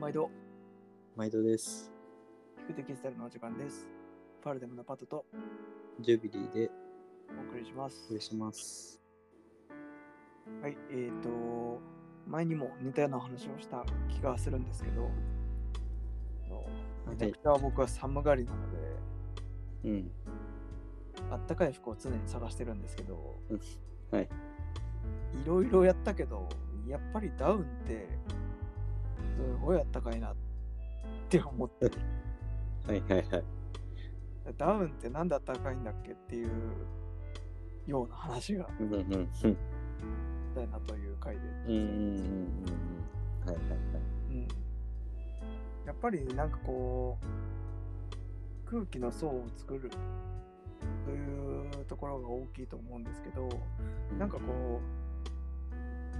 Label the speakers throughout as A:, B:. A: 毎度、
B: 毎度です。
A: 低くてデジタルのお時間です。パルデムのパトと
B: ジュビリーで
A: お送りします
B: お。送りします。
A: はい、えーと、前にも似たような話をした気がするんですけど、
B: は
A: めちゃ
B: い
A: く。ちゃ僕は寒がりなので、
B: うん。
A: あったかい服を常に探してるんですけど、
B: はい。
A: いろいろやったけど、やっぱりダウンって、すごいあったかいなって思って、
B: はいはいはい。
A: ダウンってなんであったかいんだっけっていうような話が
B: うんうんうん。うん
A: したいなという回で。
B: うんうんうん。はいはいはい。
A: うんやっぱりなんかこう空気の層を作るというところが大きいと思うんですけど
B: う
A: なんか、こ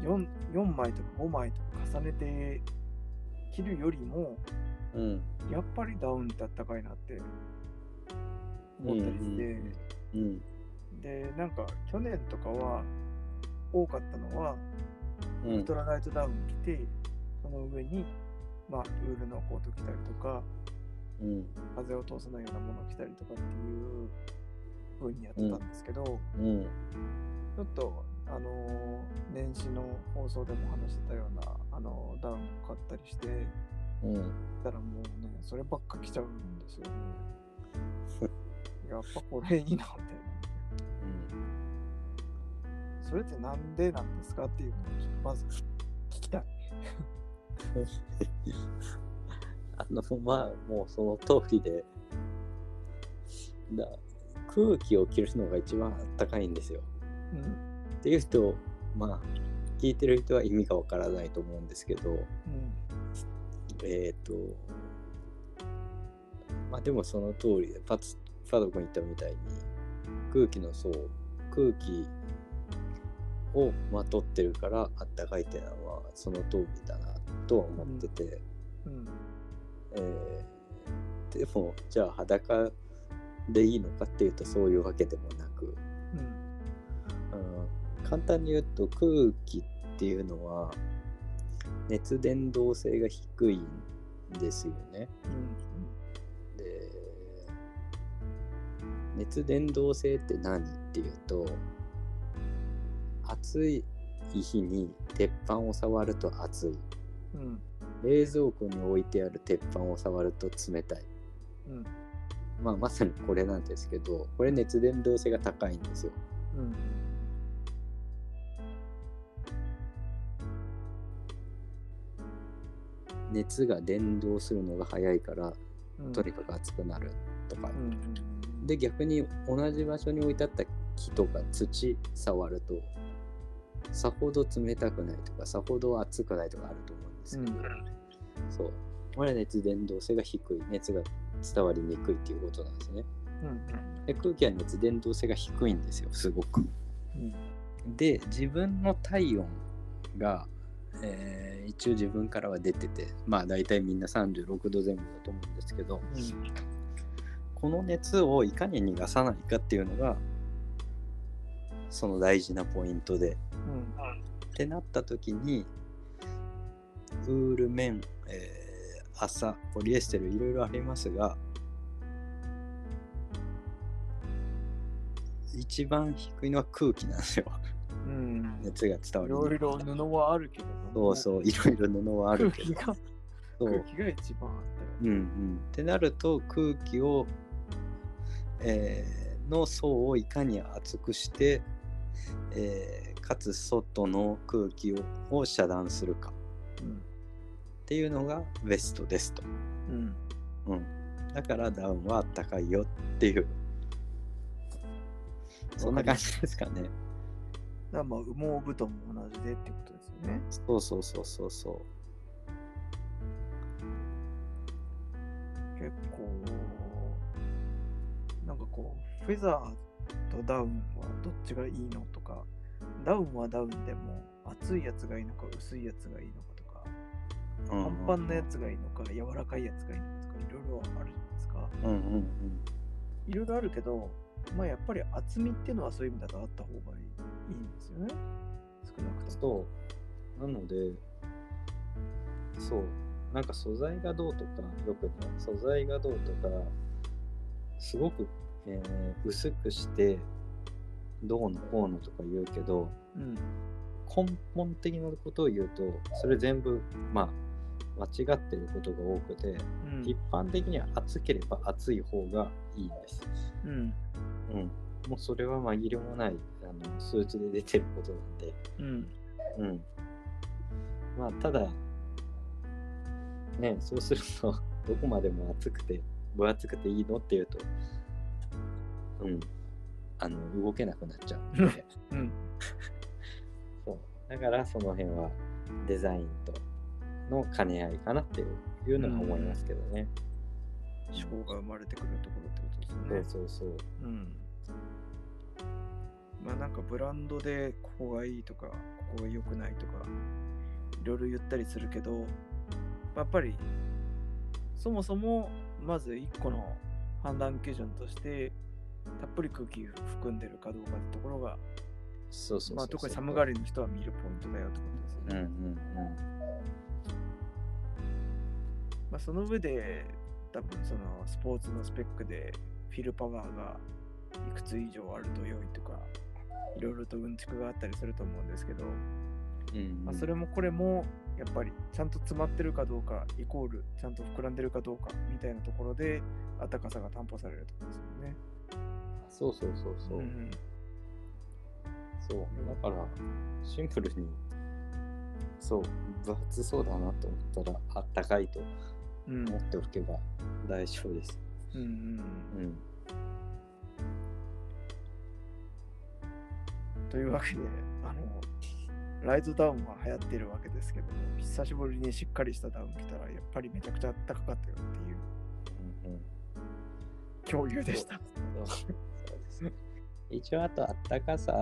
A: う 4, 4枚とか5枚とか重ねて着るよりも
B: うん。
A: やっぱりダウンってあったかいなって思ったりして、
B: うん。
A: でなんか去年とかは多かったのは
B: うん。う
A: ウル
B: ん
A: トラライトダウン着てその上に、まあ、ウールのコート着たりとか
B: うん。
A: 風を通さないようなものを着たりとかっていう風にやってたんですけど、ち
B: うん。
A: ょっとあのー年始の放送でも話してたようなあのーダウンを買ったりして
B: うん。
A: たらもうねそればっか着ちゃうんですよねやっぱこれいいなみたいなそれってなんでなんですかっていうのをちょっとまず聞きたい
B: あの、まあ、もうその通りで、だ空気を切るのが一番あったかいんですよ。
A: うん
B: っていう人、まあ、聞いてる人は意味がわからないと思うんですけど、えっ、と、まあでもその通りで、パツ、パド君言ったみたいに、空気の層、空気をまとってるから、あったかいっていうのは、その通りだなとは思ってて、
A: うんうん
B: えーでも、じゃあ裸でいいのかっていうと、そういうわけでもなく、
A: うん
B: うん簡単に言うと空気っていうのは熱伝導性が低いんですよね。で熱伝導性って何っていうと暑い日に鉄板を触ると熱い
A: うんうん
B: 冷蔵庫に置いてある鉄板を触ると冷たい、
A: うん
B: まあ、まさにこれなんですけどこれ熱伝導性が高いんですよ。
A: うん
B: 熱が伝導するのが早いから
A: うん
B: とにかく暑くなるとか
A: う、んうん
B: で逆に同じ場所に置いてあった木とか土触るとさほど冷たくないとかさほど暑くないとかあると思うんですけど、そうこれは熱伝導性が低い熱が伝わりにくいっていうことなんですね
A: うん
B: で空気は熱伝導性が低いんですよすごく
A: うん
B: で自分の体温が、えー一応自分からは出ててまあ大体みんな36度前後だと思うんですけど、
A: うん
B: この熱をいかに逃がさないかっていうのがその大事なポイントで。
A: うん
B: ってなった時にウール綿、えー麻ポリエステルいろいろありますが一番低いのは空気なんですよ
A: うん
B: 熱が伝わ
A: い
B: り
A: ろ
B: に
A: い
B: くい
A: ろ布はあるけれど
B: そ
A: も
B: うそういろいろ布はある
A: 空
B: け
A: 気
B: ど
A: が
B: そう
A: 空気が一番あったよ
B: うんうん、ってなると空気を、えーの層をいかに厚くして、えーかつ外の空気をを遮断するかっていうのがベストですと、
A: うん
B: うん、だからダウンはあったかいよっていうそんな感じですか
A: だ
B: ね
A: からまあ羽毛布団も同じでってことですよね
B: そうそうそうそうそ
A: 結構なんかこうフェザーとダウンはどっちがいいのとかダウンはダウンでも厚いやつがいいのか薄いやつがいいのかとか
B: う、うん
A: パ
B: うん
A: ンパンなやつがいいのか柔らかいやつがいいのかとかいろいろあるじゃないですか
B: うんうんうん
A: いろいろあるけど、まあやっぱり厚みっていうのはそういう意味だとあった方がいいんですよね。少なくとも。
B: そうなのでそうなんか素材がどうとかよくね素材がどうとかすごく、えー薄くしてどうのこうのとか言うけど
A: うん。
B: 根本的なことを言うとそれ全部まあ間違ってることが多くて
A: うん。
B: 一般的には熱ければ熱い方がいいんです。
A: うん。
B: うん、もうそれは紛れもないあの数値で出てることなんで、
A: うん。
B: うん、まあただねそうすると どこまでも熱くて分厚くていいのっていうと、うん、あの動けなくなっちゃうんで
A: うん。
B: そうだからその辺はデザインとの兼ね合いかなっていういうのは思いますけどね。
A: 思考が生まれてくるところってことですよね。
B: そうそうそ
A: う
B: う
A: ん。まあなんかブランドでここがいいとか、ここが良くないとか、いろいろ言ったりするけど、やっぱり、そもそも、まず一個の判断基準として、たっぷり空気含んでるかどうかってところが、
B: そうそうそう
A: まあ特に寒がりの人は見るポイントだよってことですよね
B: うん。うんうん
A: まあ、その上で多分そのスポーツのスペックでフィルパワーがいくつ以上あると良いとかいろいろとうんちくがあったりすると思うんですけど、
B: うん
A: まあ、それもこれもやっぱりちゃんと詰まってるかどうかイコールちゃんと膨らんでるかどうかみたいなところであったかさが担保されるところですよね。
B: そうそうそうそう。
A: うん
B: そうだからシンプルにそう分厚そうだなと思ったらあったかいと
A: うん
B: 思っておけば大丈夫です。
A: うんうん
B: うん、
A: というわけであのライトダウンは流行ってるわけですけども久しぶりにしっかりしたダウン着たらやっぱりめちゃくちゃあったかかったよっていう
B: うんうん、
A: 共有でした。
B: そう。そうですね。一応あとあったかさ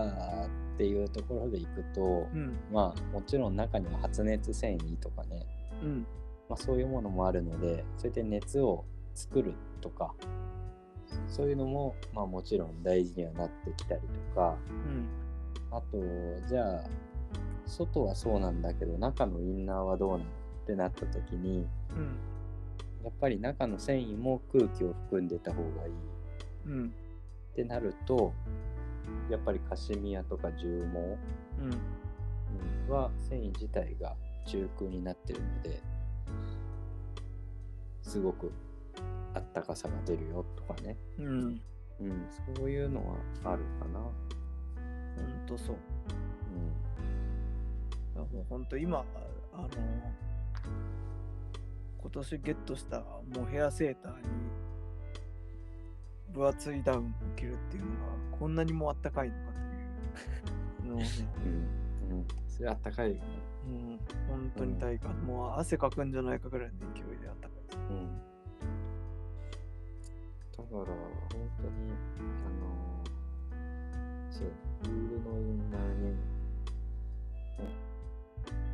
B: っていうところでいくと、
A: うん
B: まあもちろん中には発熱繊維とかね、
A: うん
B: まあ、そういうものもあるのでそうやって熱を作るとかそういうのも、まあ、もちろん大事にはなってきたりとか
A: うん
B: あとじゃあ外はそうなんだけど中のインナーはどうなのってなった時に
A: うん
B: やっぱり中の繊維も空気を含んでた方がいいっ
A: うん
B: てなるとやっぱりカシミヤとか重毛
A: うん
B: うんは繊維自体が中空になってるのですごくあったかさが出るよとかね、
A: うん
B: うん、そういうのはあるかな、
A: ほんとそういやもうほんと今あの今年ゲットしたもうヘアセーターに分厚いダウンを着るっていうのがこんなにもあったかいのかというのをね、
B: うんうんうん、それあったかいよね、
A: うん、本当に体感、もう汗かくんじゃないかぐらいの勢いであったかいです
B: うん、だから本当にあのそうウールのインナーにう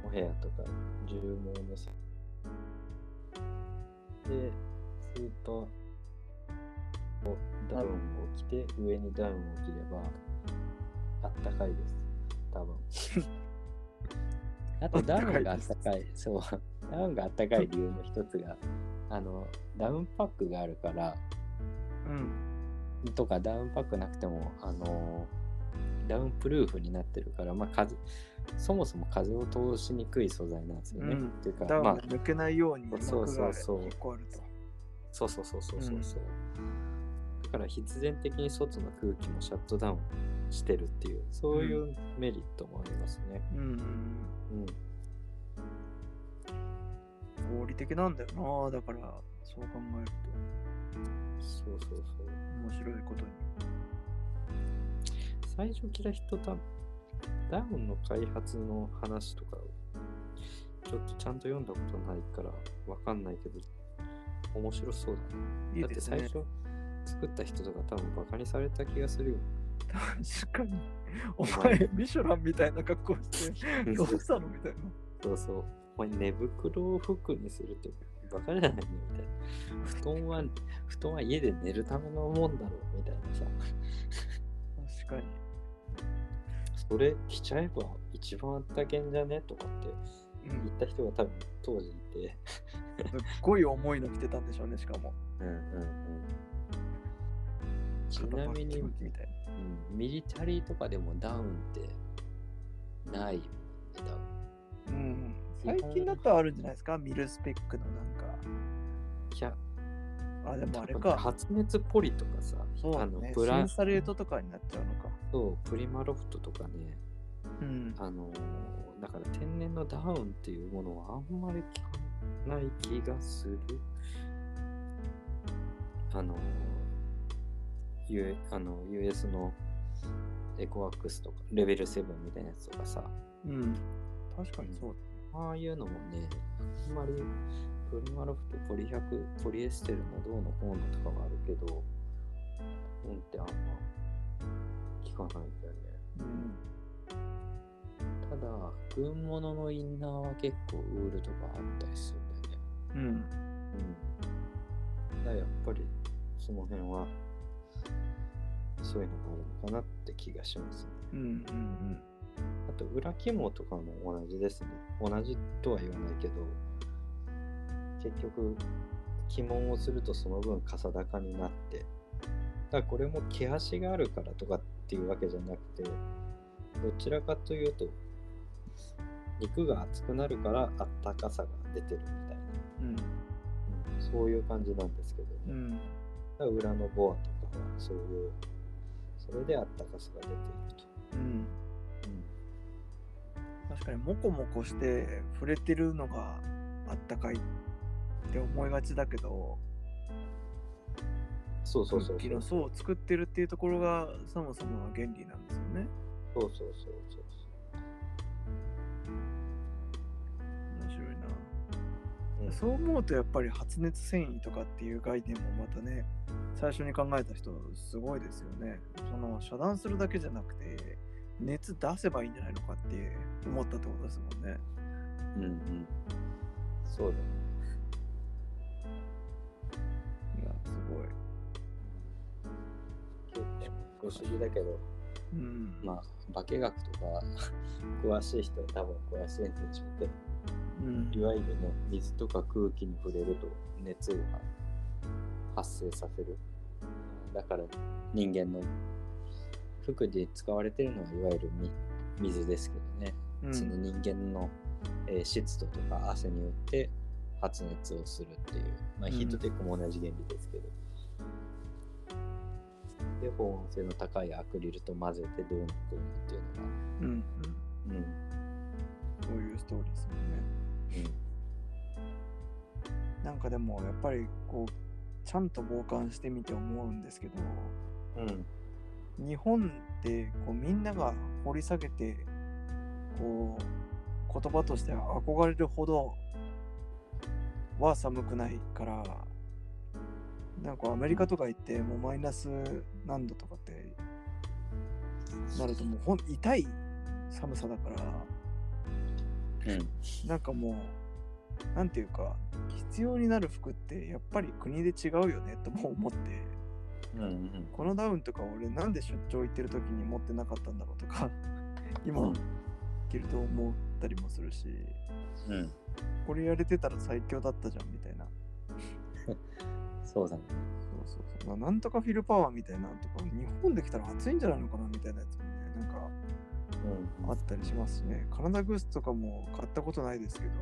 B: んお部屋とか重毛のせでずっとこうダウンを着て上にダウンを着ればあったかいです多分 あとダウンがあったかいそうダウンがあったかい理由の一つがあのダウンパックがあるから
A: うん
B: とかダウンパックなくてもあのダウンプルーフになってるから、まあ、風そもそも風を通しにくい素材なんですよね。
A: うん
B: っていうか
A: ダウン
B: ま
A: が
B: あ
A: 抜けないように膜
B: そうそ
A: が
B: うそう
A: 一個あると
B: そうそうそうそうそう
A: うん
B: そう、だから必然的に外の空気もシャットダウンしてるっていうそういううメリットもありますね。
A: うんうんうん
B: うん
A: 合理的なんだよなだからそう考えると
B: そうそうそう
A: 面白いことに
B: 最初キラヒトダダウンの開発の話とかをちょっとちゃんと読んだことないからわかんないけど面白そうだね。
A: いい
B: だって
A: です
B: 最
A: ね
B: 初作った人とか多分バカにされた気がするよ。
A: 確かに お
B: お
A: 前
B: 前
A: ミシュランみたいな格好 してどうしたのみたいな
B: そうそう。お前寝袋を服にするってバカじゃないのみたいな。布団は布団は家で寝るためのもんだろうみたいなさ。
A: 確かに
B: それ着ちゃえば一番あったけんじゃねとかって行った人が多分当時いて、
A: すっごい重いの着てたんでしょうね、しかも。
B: うんうんうん、ちなみに、
A: 肩パ
B: う
A: ッキパ
B: ん
A: キみたいな。
B: ミリタリーとかでもダウンってないもんね、ダウン。
A: うん。最近だったらあるんじゃないですかミルスペックのなん
B: いや、
A: か。あ、でもあれ
B: 多分
A: か。
B: 発熱ポリとかさ、
A: そう
B: あ
A: だ
B: の
A: ね。
B: ブ
A: シ
B: ラ
A: ンサレートとかになっちゃうのか。
B: そうプリマロフトとかね、
A: うん。
B: あのーだから天然のダウンっていうものはあんまり聞かない気がする。あのー、U、あの US のエコワックスとかレベル7みたいなやつとかさ、
A: うん。確かにそう。
B: ああいうのもね、あんまりプリマロフト、ポリ100、ポリエステルのどうのこうのとかはあるけど、うんってあんま聞かないんだよね。
A: うん。
B: ただ、軍物のインナーは結構ウールとかあったりするんだよね。
A: うん。
B: うん。だからやっぱりその辺はそういうのがあるのかなって気がしますね。
A: うん。うん。
B: あと裏肝とかも同じですね。同じとは言わないけど、結局、鬼門をするとその分、かさ高になって、だからこれも毛足があるからとかっていうわけじゃなくて、どちらかというと、肉が厚くなるからあったかさが出てるみたいな、
A: うん。
B: うんそういう感じなんですけどね。
A: うん。うん。
B: だから裏のボアとかはそういう、それであったかさが出ている
A: うん。
B: と。うん
A: 確かにモコモコして触れてるのがあったかいって思いがちだけど
B: そうそうそう
A: 空気
B: そう
A: の。層を作ってるっていうところがそもそもの原理なんですよね。
B: そうそうそうそうそう。
A: 面白いな、
B: うん
A: そう思うとやっぱり発熱繊維とかっていう概念もまたね最初に考えた人すごいですよね。その遮断するだけじゃなくて熱出せばいいんじゃないのかって思ったってことですもんね。
B: うんうん。そうだね。
A: いやすごい。
B: 結構不思議だけど、
A: うん。
B: まあ、化学とか 詳しい人は多分詳しいんでしょうけど、
A: うん
B: いわゆるね、水とか空気に触れると熱が発生させる。だから人間の服で使われてるのはいわゆるみ水ですけどね、
A: う
B: その
A: ん
B: 人間の、えー湿度とか汗によって発熱をするっていう、まあ、
A: うん
B: ヒートテックも同じ原理ですけど、で保温性の高いアクリルと混ぜてどうのこうのっていう
A: うん、
B: のが、
A: そういうストーリーですもんね。
B: う
A: なんかでもやっぱりこうちゃんと傍観してみて思うんですけど
B: んうんうん
A: 日本ってこうみんなが掘り下げてこう言葉として憧れるほどは寒くないからなんかアメリカとか行ってもうマイナス何度とかってなるともうほん痛い寒さだから
B: うん
A: なんかもう、なんていうか、必要になる服ってやっぱり国で違うよねとも思って、
B: うん
A: このダウンとか俺なんで出張行ってる時に持ってなかったんだろうとか、
B: う
A: 今
B: ん
A: 着ると思ったりもするし、
B: うん
A: これやれてたら最強だったじゃんみたいな。
B: そうだね
A: そうそうそう。ななんとかフィルパワーみたいなのとか、日本で来たら暑いんじゃないのかなみたいなやつもね、なんか
B: うん
A: あったりしますね。カナダグースとかも買ったことないですけど、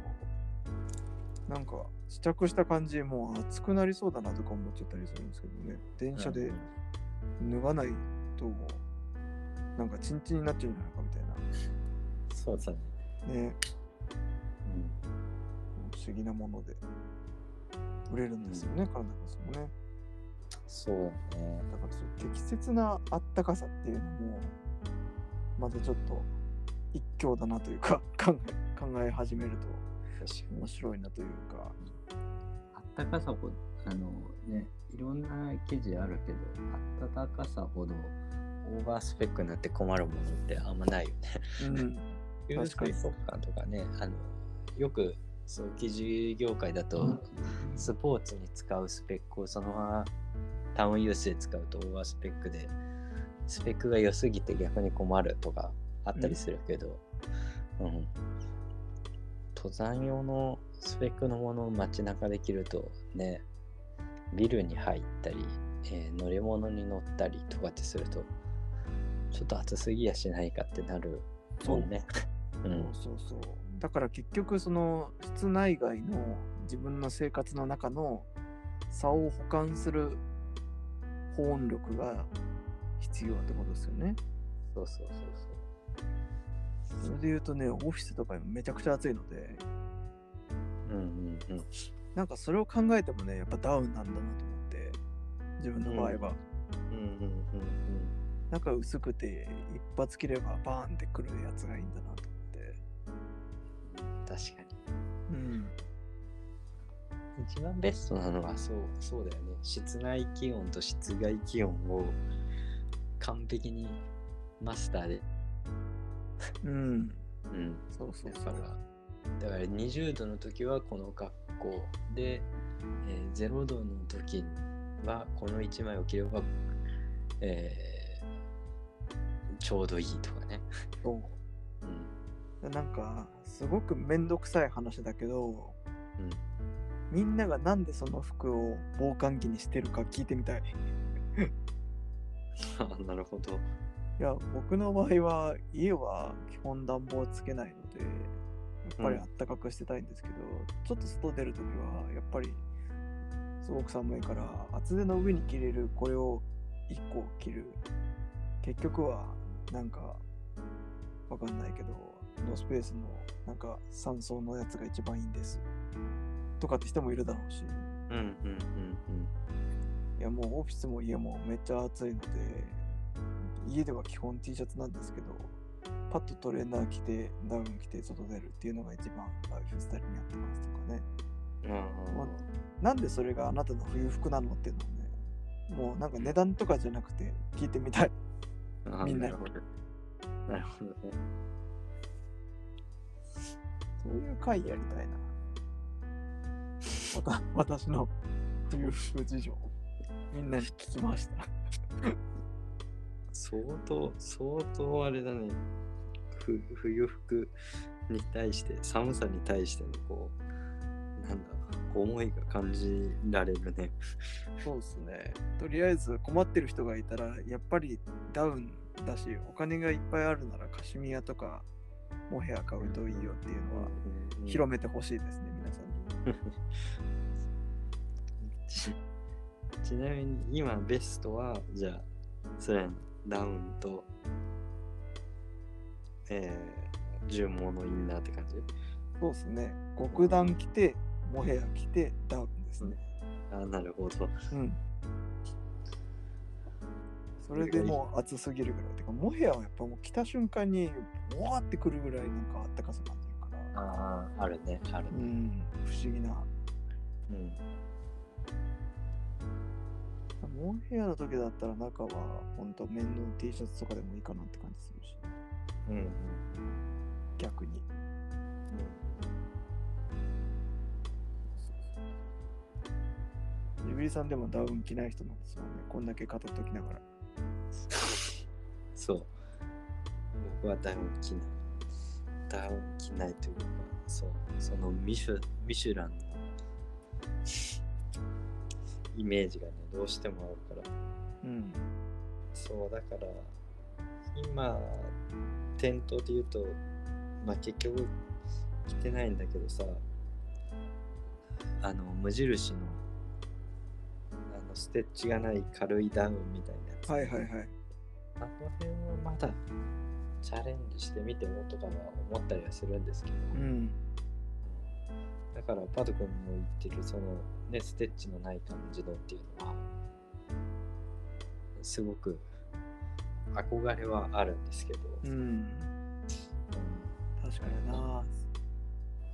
A: なんか試着した感じ、もう暑くなりそうだなとか思っちゃったりするんですけどね。電車で脱がないと、なんかチンチンになっちゃうんじゃないかみたい
B: そうだね、
A: な。ね、
B: うん
A: 不思議なもので。売れるんですよね、カナダグースもね。
B: そうだね
A: だからその適切なあったかさっていうのも、またちょっと一興だなというか、考え考え始めると
B: 確かに
A: 面白いなというか。
B: あったかさほど、あのね、いろんな記事あるけど、あったかさほどオーバースペックになって困るものってあんまないよね。
A: うん確かに
B: 流水速乾とかね、あのよくそう記事業界だと、スポーツに使うスペックをそのままタウンユースで使うとオーバースペックで、スペックが良すぎて逆に困るとかあったりするけど、うん。と登山用のスペックのものを街中で着るとね、ビルに入ったり、えー乗り物に乗ったりとかってすると、ちょっと暑すぎやしないかってなるもんね。う
A: そうそうそうだから結局その室内外の自分の生活の中の差を補完する保温力が必要ってことですよね。
B: そうそうそうそう。
A: それで言うとね、オフィスとかめちゃくちゃ暑いので、
B: うんうんうん。
A: なんかそれを考えてもね、やっぱダウンなんだなと思って、自分の場合は。
B: うんうんうんうん。
A: なんか薄くて一発切ればバーンってくるやつがいいんだなと思って。
B: 確かに。
A: うん。
B: 一番ベストなのはそうそうだよね室内気温と室外気温を完璧にマスターで、
A: うん。
B: うん、
A: そうそう
B: だ
A: そ
B: か
A: う。
B: らだから20度の時はこの格好で、えー0度の時はこの1枚を着れば、えーちょうどいいとかね、
A: そう
B: うん
A: なんかすごくめんどくさい話だけど
B: うん、
A: みんながなんでその服を防寒着にしてるか聞いてみたい
B: あ なるほど、
A: いや僕の場合は家は基本暖房つけないのでやっぱり
B: うん
A: あったかくしてたいんですけど、ちょっと外出るときはやっぱりすごく寒いから厚手の上に着れるこれを1個着る結局はなんかわかんないけどノースペースのなんか3層のやつが一番いいんですとかって人もいるだろうし
B: うんうんうんうん、
A: いやもうオフィスも家もめっちゃ暑いので家では基本 T シャツなんですけどパッとトレーナー着てダウン着て外出るっていうのが一番ライフスタイルに合ってますとかねなんでそれがあなたの冬服なのっていうのをねもうなんか値段とかじゃなくて聞いてみたい
B: あー
A: みんな
B: るほどなるほどね
A: そういう会やりたいなわた 私の冬服事情みんなに聞きました
B: 相当相当あれだねふ冬服に対して寒さに対してのこうなんだ思いが感じられるね
A: そうですね。とりあえず困ってる人がいたら、やっぱりダウンだし、お金がいっぱいあるならカシミヤとかモヘア買うといいよっていうのは広めてほしいですね、皆さんに。
B: ちちなみに今ベストはじゃあそれダウンとえー、重毛のインナーって感じ
A: そうですね。極段着て、モヘア着て、ダウンですね。
B: あーなるほど
A: うん。それでもう暑すぎるぐらい。てか、モヘアはやっぱもう着た瞬間に、ボワーってくるぐらいなんかあったかさ感じるから。
B: あああるねある
A: う
B: ね
A: ん、不思議な
B: うん
A: モンヘアの時だったら中は本当面の T シャツとかでもいいかなって感じするし
B: うんうん
A: 逆にジブリさんでもダウン着ない人なんですよねこんだけ語っときながら
B: そう。僕はダウン着ない。ダウン着ないというか、そう。そのミシュミシュランのイメージがね、どうしてもあるから。
A: うん
B: そう、だから、今、店頭で言うと、まあ結局着てないんだけどさ、あの、無印の、あの、ステッチがない軽いダウンみたいなやつ。
A: はいはいはい
B: あの辺はまだチャレンジしてみてもとかは思ったりはするんですけど、
A: うん
B: だからパド君の言ってるそのねステッチのない感じのっていうのはすごく憧れはあるんですけど、
A: うん確かにな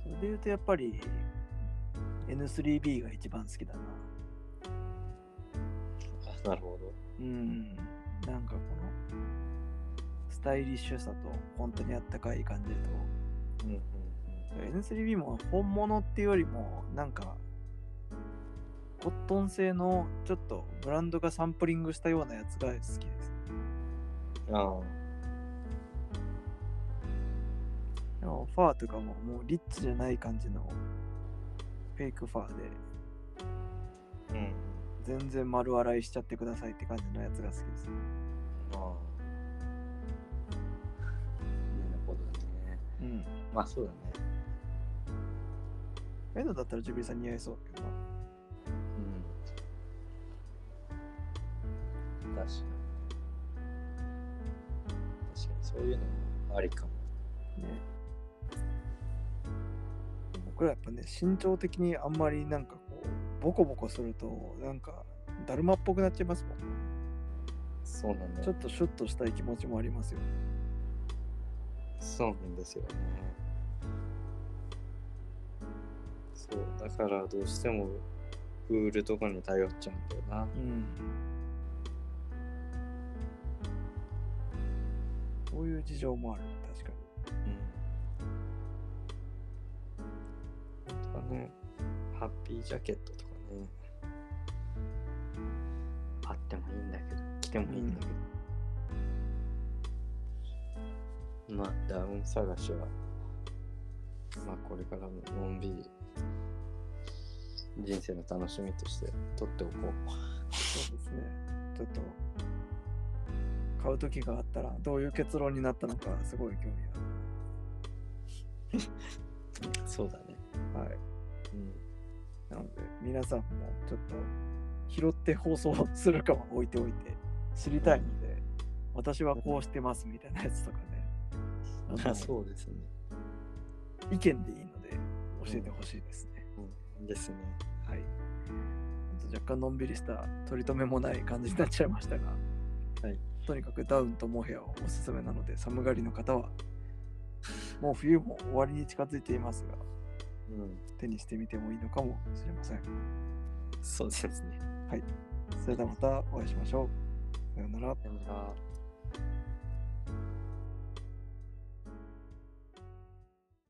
A: それで言うとやっぱり N3B が一番好きだな
B: あなるほど
A: うんなんかこのスタイリッシュさと本当にあったかい感じと N3B も本物っていうよりもなんかコットン製のちょっとブランドがサンプリングしたようなやつが好きです
B: ああ
A: でもファーとかももうリッチじゃない感じのフェイクファーで
B: うん
A: 全然丸洗いしちゃってくださいって感じのやつが好きです。
B: ああな るほどね
A: うん。
B: まあそうだね
A: ああいうのだったらジュビリーさん似合いそうだけどな。
B: うん確かに確かにそういうのもありかも
A: ね。僕らやっぱね、身長的にあんまりなんかこう、ボコボコすると、なんか、だるまっぽくなっちゃいますもん。
B: そうなんだ
A: ちょっとシュッとしたい気持ちもありますよ。
B: そうなんですよね。そう、だからどうしてもウールとかに頼っちゃうんだよな。
A: うん。そういう事情もある、確かに。
B: うん。とかね、ハッピージャケットとかね。あってもいいんだけど、着てもいいんだけど。まあ、ダウン探しは、まあ、これからものんびり、人生の楽しみとして取っておこう。
A: そうですね。ちょっと、買う時があったら、どういう結論になったのか、すごい興味
B: そうだね。
A: ある。はい。
B: うん。
A: なので、皆さんもちょっと、拾って放送するかは置いておいて、知りたいので、私はこうしてますみたいなやつとかね。あ
B: あ
A: の
B: そうですね。
A: 意見でいいので、教えてほしいですね。
B: うん、ですね。
A: はい。ちょっと若干のんびりした取り留めもない感じになっちゃいましたが、
B: はい
A: とにかくダウンとモヘアはおすすめなので寒がりの方はもう冬も終わりに近づいていますが
B: うん、
A: 手にしてみてもいいのかもしれません
B: そうですね。
A: それではまたお会いしましょうさようなら
B: さよなら